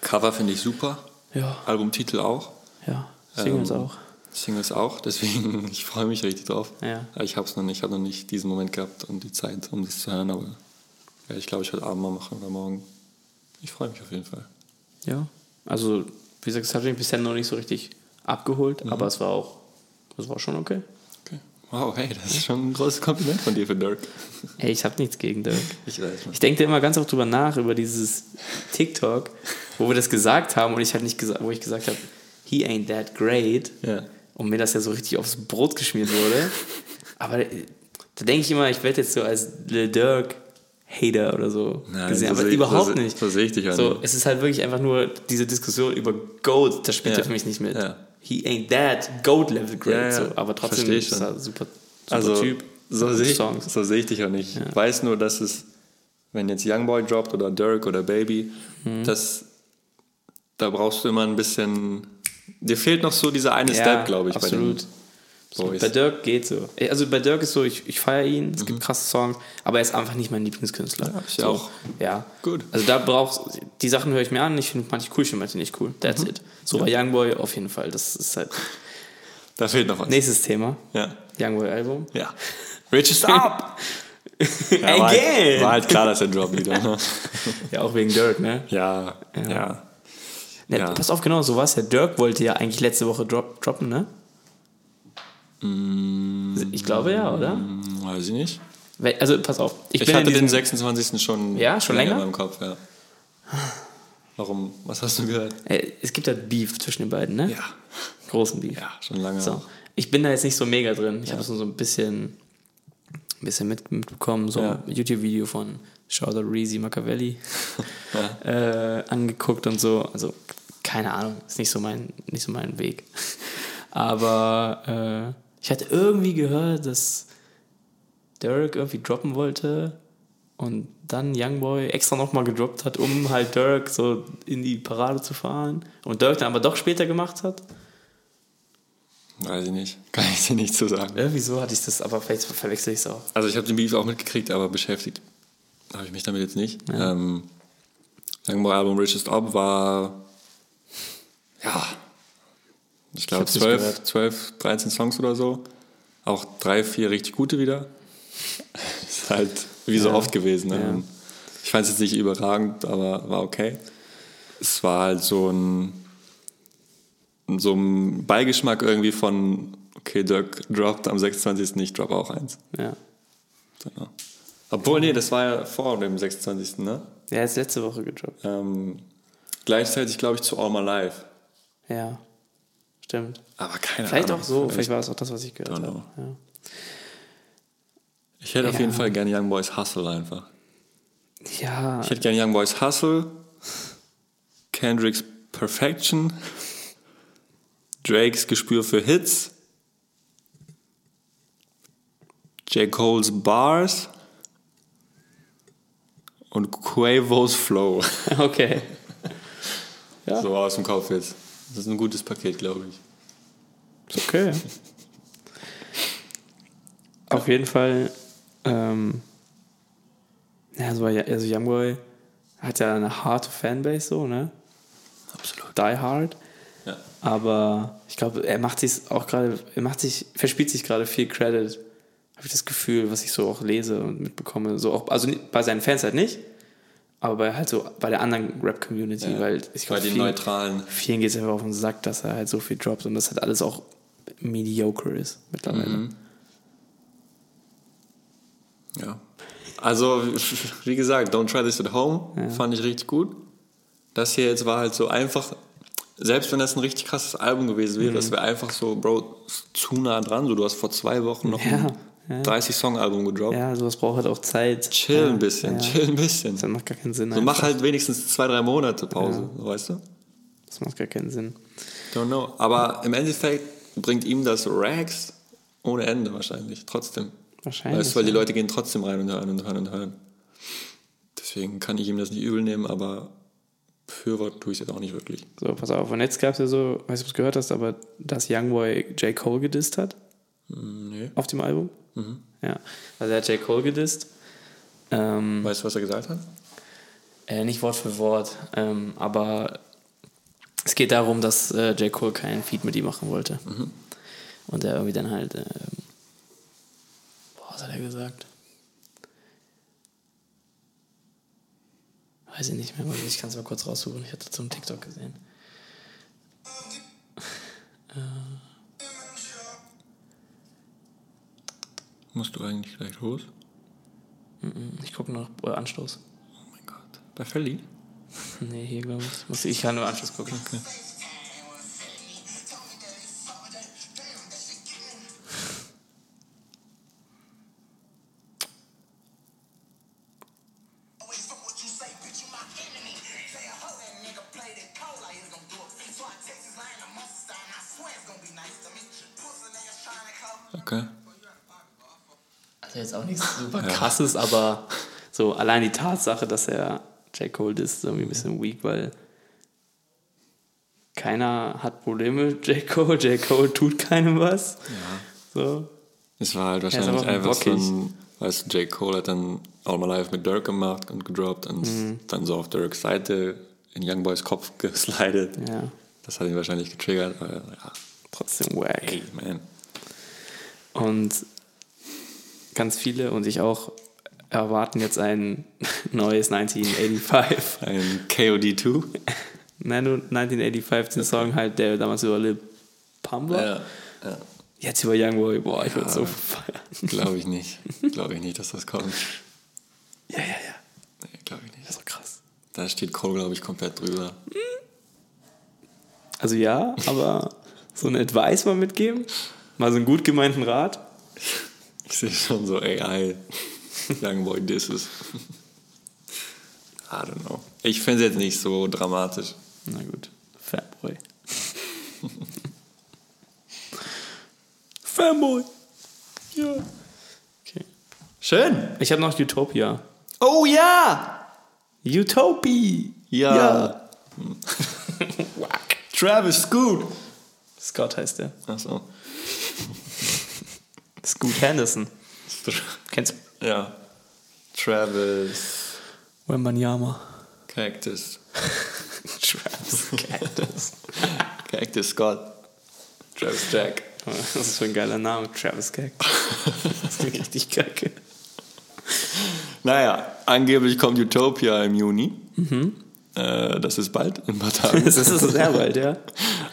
A: Cover finde ich super.
B: Ja.
A: Albumtitel auch.
B: Ja. Singles
A: Ähm.
B: auch.
A: Singles auch, deswegen ich freue mich richtig drauf.
B: Ja.
A: Aber Ich habe es noch nicht, ich habe noch nicht diesen Moment gehabt und die Zeit, um das zu hören, aber ja, ich glaube, ich heute Abend mal machen oder morgen. Ich freue mich auf jeden Fall.
B: Ja. Also, wie gesagt, es hat mich bisher noch nicht so richtig abgeholt,
A: Mhm.
B: aber es war auch, es war schon okay.
A: Okay. Wow, hey, das ist schon ein großes Kompliment von dir für Dirk.
B: Ey, ich habe nichts gegen Dirk.
A: Ich weiß
B: Ich denke da immer ganz oft drüber nach, über dieses TikTok, wo wir das gesagt haben und ich halt nicht gesagt, wo ich gesagt habe, he ain't that great.
A: Ja.
B: Und mir das ja so richtig aufs Brot geschmiert wurde. Aber äh, da denke ich immer, ich werde jetzt so als Lil Dirk Hater oder so
A: Nein,
B: gesehen,
A: so
B: aber
A: seh-
B: überhaupt
A: so seh-
B: nicht.
A: so seh ich dich auch
B: So,
A: nicht.
B: es ist halt wirklich einfach nur diese Diskussion über Goat, das spielt ja.
A: Ja.
B: für mich nicht mit.
A: Ja.
B: He ain't that Goat Level Great.
A: Ja, ja.
B: So. Aber trotzdem
A: Versteh ich
B: ist er
A: schon.
B: super, super
A: also,
B: Typ.
A: So
B: gute
A: sehe ich,
B: Songs.
A: so seh ich dich auch nicht. Ich weiß nur, dass es, wenn jetzt Youngboy droppt oder Dirk oder Baby,
B: Mhm.
A: das, da brauchst du immer ein bisschen. Dir fehlt noch so dieser eine Step, glaube ich,
B: absolut.
A: bei den Boys.
B: Bei Dirk geht so. Ey, Also bei Dirk ist so, ich, ich feiere ihn, es gibt krasse Songs, aber er ist einfach nicht mein Lieblingskünstler.
A: Mhm. Ja, ich
B: so,
A: auch.
B: Ja.
A: Gut.
B: Also da brauchst die Sachen höre ich mir an, ich finde manche cool, ich finde manche nicht cool. That's
A: Mhm.
B: it. So bei Youngboy auf jeden Fall. Das ist halt.
A: Da fehlt noch was.
B: Nächstes Thema.
A: Ja.
B: Youngboy Album.
A: Ja. Richard, stop! ja, war,
B: Again!
A: halt, war halt klar, dass er droppt wieder. Ne?
B: Ja, auch wegen Dirk, ne?
A: ja, ja. ja.
B: Ne,
A: Ja.
B: Pass auf, genau, so war's ja. Dirk wollte ja eigentlich letzte Woche drop, droppen, ne?
A: Mm.
B: Ich glaube ja, oder?
A: Hm, Weiß ich nicht.
B: Weil- Also pass auf.
A: Ich
B: Ich, bin in
A: hatte den
B: diesem-
A: 26. schon,
B: Ja, schon länger?
A: im Kopf, ja. Warum? Was hast du gehört?
B: Ey, Es gibt halt Beef zwischen den beiden, ne?
A: Ja.
B: Großen Beef.
A: Ja, schon lange.
B: So. Ich bin da jetzt nicht so mega drin. Ich habe es nur so ein bisschen, ein bisschen mit, mitbekommen, so
A: Ja.
B: ein YouTube-Video von Shoutout Reezy Machiavelli äh, angeguckt und so. Also, keine Ahnung, ist nicht so mein, nicht so mein Weg. Aber äh, ich hatte irgendwie gehört, dass Derek irgendwie droppen wollte und dann Youngboy extra nochmal gedroppt hat, um halt Dirk so in die Parade zu fahren. Und Dirk dann aber doch später gemacht hat.
A: Weiß ich nicht. Kann ich dir nicht zu sagen.
B: Irgendwie so hatte ich das, aber vielleicht verwechsel ich es auch.
A: Also ich habe den Beef auch mitgekriegt, aber beschäftigt habe ich mich damit jetzt nicht. Ähm, Youngboy Album Richest Up war ja ich glaube
B: hab's nicht gehört.
A: 12, 12, 13 Songs oder so. Auch drei, vier richtig gute wieder. Ist halt wie so oft gewesen. Ne?
B: Ja.
A: Ich fand es jetzt nicht überragend, aber war okay. Es war halt so ein so ein Beigeschmack irgendwie von okay, Dirk droppt am 26. ich drop auch eins.
B: Ja.
A: Ja. Obwohl, nee, das war ja vor dem 26., ne?
B: Ja, jetzt letzte Woche gedroppt.
A: Ähm, gleichzeitig, glaube ich, zu All My Life.
B: Ja. Stimmt.
A: Aber keine
B: Vielleicht
A: Ahnung.
B: auch so, vielleicht war es auch das, was ich gehört
A: Don't
B: habe.
A: know.
B: Ja.
A: Ich hätte auf
B: Ja.
A: jeden Fall gerne Young Boys Hustle einfach.
B: ja.
A: Ich hätte gerne Young Boys Hustle, Kendricks Perfection, Drakes Gespür für Hits, J. Cole's Bars und Quavo's Flow.
B: Okay. Ja.
A: So aus dem Kopf jetzt. Das ist ein gutes Paket, glaube ich.
B: Ist okay. Auf jeden Fall, ähm, ja, so war ja, also Youngboy hat ja eine harte Fanbase, so, ne? Absolut. Die Hard.
A: Ja.
B: Aber ich glaube, er macht sich auch gerade, er macht sich, verspielt sich gerade viel Credit, habe ich das Gefühl, was ich so auch lese und mitbekomme. So auch, also ni- bei seinen Fans halt nicht, Aber bei, halt so bei der anderen Rap-Community,
A: Ja.
B: weil ich
A: Bei
B: glaube,
A: den
B: vielen,
A: Neutralen.
B: vielen geht es einfach auf den Sack, dass er halt so viel droppt und das halt alles auch mediocre ist mittlerweile.
A: Mhm. Ja. Also, wie gesagt, Don't Try This at Home
B: Ja.
A: fand ich richtig gut. Das hier jetzt war halt so einfach, selbst wenn das ein richtig krasses Album gewesen
B: Mhm.
A: wäre, das wäre einfach so, Bro, zu nah dran. So, du hast vor zwei Wochen noch
B: Ja,
A: ein 30-Song-Album gedroppt.
B: Ja, sowas braucht halt auch Zeit.
A: Chill
B: ja,
A: ein bisschen,
B: ja.
A: chill ein bisschen.
B: Das macht gar keinen Sinn.
A: So, mach
B: einfach.
A: halt wenigstens zwei, drei Monate Pause, weißt du?
B: Das macht gar keinen Sinn.
A: Don't know. Aber im Endeffekt bringt ihm das Rags ohne Ende wahrscheinlich, trotzdem.
B: Wahrscheinlich,
A: Weißt du, weil die Leute gehen trotzdem rein und hören und hören und hören. Deswegen kann ich ihm das nicht übel nehmen, aber befürworten tue ich es jetzt auch nicht wirklich.
B: So, pass auf. Und jetzt gab es ja so, weiß nicht, ob du es gehört hast, aber dass Youngboy J. Cole gedisst hat.
A: Mm, Nee.
B: auf dem Album. Ja. Also er hat J. Cole gedisst. Ähm,
A: Weißt du, was er gesagt hat?
B: äh, nicht Wort für Wort, ähm, aber es geht darum, dass äh, J. Cole keinen Feed mit ihm machen wollte. Und er irgendwie dann halt. Ähm, boah, was hat er gesagt? Weiß ich nicht mehr, aber ich kann es mal kurz raussuchen. Ich hatte so einen TikTok gesehen.
A: Musst du eigentlich gleich los?
B: Ich gucke noch äh, Anstoß.
A: Oh mein Gott. Bei Felly?
B: Nee, hier glaube ich. Muss, ich kann nur Anschluss gucken.
A: Okay.
B: Also jetzt auch nichts super krasses, aber so allein die Tatsache, dass er J. Cole ist, ist irgendwie ein bisschen weak, weil keiner hat Probleme mit J. Cole, J. Cole tut keinem was. So.
A: Es war halt
B: ist
A: wahrscheinlich
B: aber
A: einfach so
B: bockig.
A: ein, weißt du, J. Cole hat dann All My Life mit Dirk gemacht und gedroppt und
B: Mhm.
A: dann so auf Dirks Seite in Young Boys Kopf geslidet.
B: Ja,
A: Das hat ihn wahrscheinlich getriggert, aber ja,
B: trotzdem wack.
A: ey, man.
B: Und ganz viele und ich auch erwarten jetzt ein neues 1985.
A: Ein KOD2.
B: Nein, nur 1985, den Song halt, der damals über Lil Pump war.
A: ja.
B: Jetzt über Young Boy, boah, ich würde so feiern.
A: Glaube ich nicht. Glaube ich nicht, dass das kommt.
B: Ja, ja, ja.
A: Nee, glaube ich nicht.
B: Das war krass.
A: Da steht Cole, glaube ich, komplett drüber.
B: Also ja, aber so ein Advice mal mitgeben, mal so einen gut gemeinten Rat.
A: Ich sehe schon so AI. Youngboy Disses. I don't know. Ich finde es jetzt nicht so dramatisch.
B: Na gut, Fanboy. Fanboy. Ja. Okay.
A: Schön.
B: Ich habe noch Utopia.
A: Oh ja!
B: Utopia.
A: Ja. Hm. Travis Scoot.
B: Scott heißt der.
A: Achso.
B: Scoot Henderson. Kennst du?
A: Ja. Travis
B: Wembanyama.
A: Cactus.
B: Travis Cactus.
A: Cactus Scott. Travis Jack.
B: Was ist das für ein geiler Name? Travis Cactus. Das klingt richtig kacke.
A: Naja, angeblich kommt Utopia im Juni. Äh, das ist bald, in ein paar Tagen.
B: Mhm. Das ist sehr bald, ja.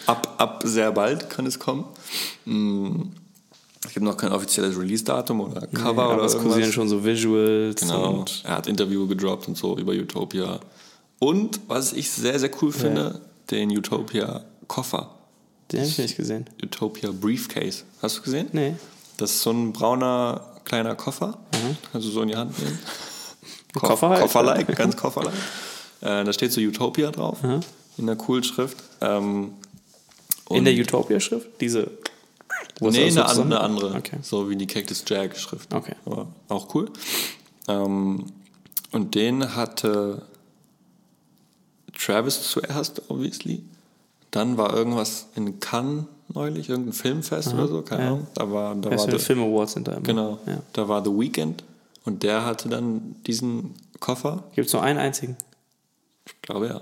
A: ab, ab sehr bald kann es kommen. Hm, Es gibt noch kein offizielles Release-Datum oder Cover
B: aber
A: oder
B: es kursieren
A: irgendwas.
B: schon so Visuals.
A: Genau.
B: Und
A: Er hat Interview gedroppt und so über Utopia. Und was ich sehr, sehr cool finde, den Utopia-Koffer.
B: den habe ich nicht gesehen.
A: Utopia Briefcase. Hast du gesehen?
B: Nee.
A: Das ist so ein brauner kleiner Koffer. Kannst du so in die Hand nehmen. Koff-
B: Mhm. Koffer halt.
A: Kofferlike, ganz Kofferlike. Äh, da steht so Utopia drauf.
B: Mhm.
A: In der coolen Schrift. Ähm,
B: In der
A: und-
B: Utopia-Schrift? Diese. Wo
A: Nee,
B: ist
A: eine, an,
B: das so zusammen-
A: eine andere.
B: Okay.
A: So wie die Cactus Jack Schrift.
B: Okay.
A: Aber auch cool. Ähm, und den hatte Travis zuerst, obviously. Dann war irgendwas in Cannes neulich, irgendein Filmfest oder so, keine
B: ja.
A: Ahnung. Da war, da war
B: National
A: The,
B: Film Awards sind da immer.
A: genau,
B: Ja.
A: da war The Weeknd und der hatte dann diesen Koffer,
B: Gibt es nur einen einzigen?
A: ich glaube ja.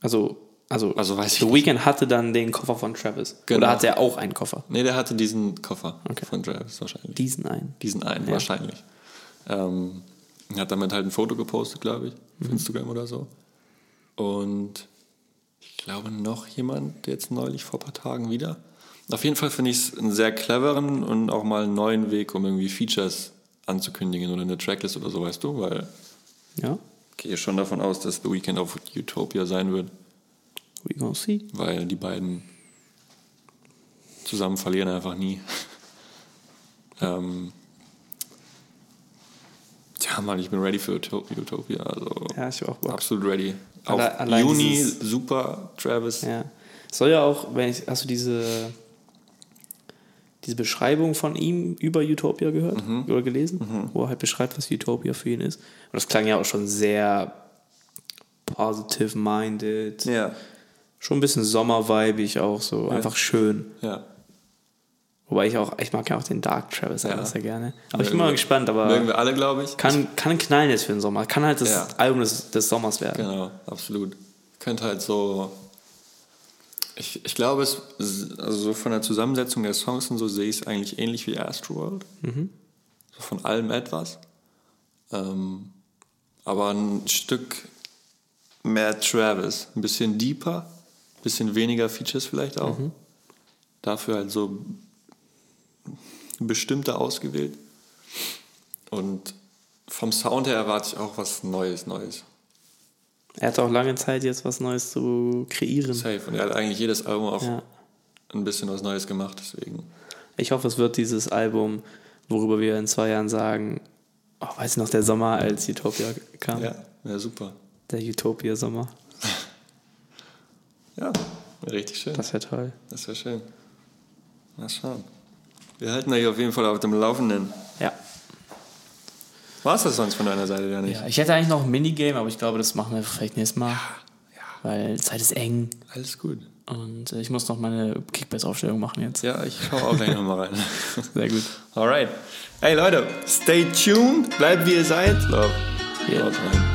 B: Also, also,
A: Also weiß ich
B: The
A: nicht.
B: Weeknd hatte dann den Koffer von Travis.
A: Genau.
B: Oder hatte er auch einen Koffer?
A: Nee, der hatte diesen Koffer
B: Okay.
A: von Travis wahrscheinlich.
B: Diesen einen.
A: Diesen einen
B: Ja.
A: wahrscheinlich. Ähm, hat damit halt ein Foto gepostet, glaube ich. auf Instagram oder so. Und ich glaube noch jemand, jetzt neulich vor ein paar Tagen wieder. Auf jeden Fall finde ich es einen sehr cleveren und auch mal einen neuen Weg, um irgendwie Features anzukündigen oder eine Tracklist oder so, weißt du? Weil
B: Ja.
A: ich gehe schon davon aus, dass The Weeknd auf Utopia sein wird,
B: We gonna see.
A: weil die beiden zusammen verlieren einfach nie. ähm, ja, Mann, ich bin ready für Uto- Utopia. Also
B: Ja, ich hab auch Bock.
A: absolut ready. Auf
B: Alle- allein
A: Juni,
B: dieses-
A: super, Travis.
B: Ja. Soll ja auch, wenn ich, hast du diese, diese Beschreibung von ihm über Utopia gehört
A: Mhm.
B: oder gelesen, wo er halt beschreibt, was Utopia für ihn ist. Und das klang ja auch schon sehr positive-minded,
A: Ja.
B: schon ein bisschen sommerweibig auch so, einfach schön.
A: ja.
B: Wobei ich auch, ich mag ja auch den Dark Travis einfach sehr gerne. Aber ich
A: Mögen
B: bin mal
A: wir-
B: gespannt,
A: Mögen wir
B: aber
A: alle, glaube ich.
B: kann, kann knallen jetzt für den Sommer. Kann halt das
A: Ja.
B: Album des, des Sommers werden.
A: Genau, absolut. Könnte halt so. Ich, ich glaube, es, also so von der Zusammensetzung der Songs und so sehe ich es eigentlich ähnlich wie Astroworld. So von allem etwas. Ähm, aber ein Stück mehr Travis. Ein bisschen deeper, ein bisschen weniger Features vielleicht auch. Dafür halt so bestimmter ausgewählt. Und vom Sound her erwarte ich auch was Neues, Neues.
B: Er hat auch lange Zeit jetzt was Neues zu kreieren.
A: Safe. Und er hat eigentlich jedes Album auch
B: Ja.
A: ein bisschen was Neues gemacht, deswegen.
B: Ich hoffe, es wird dieses Album, worüber wir in zwei Jahren sagen, oh, weiß ich noch, der Sommer, als Utopia kam.
A: Ja, ja super.
B: Der Utopia-Sommer.
A: Ja, richtig schön. Das,
B: Das wäre toll.
A: wäre schön. Mal schauen. Wir halten euch auf jeden Fall auf dem Laufenden.
B: Ja.
A: War es das sonst von deiner Seite, Janik?
B: ja. Ich hätte eigentlich noch ein Minigame, aber ich glaube, das machen wir vielleicht nächstes Mal. Weil Zeit ist eng
A: Alles gut.
B: und äh, ich muss noch meine Kickbase-Aufstellung machen jetzt.
A: Ja, ich schaue auch gleich nochmal rein.
B: Sehr gut.
A: Alright. Hey Leute, stay tuned, bleibt wie ihr seid. Love.
B: Ja.
A: Haut rein.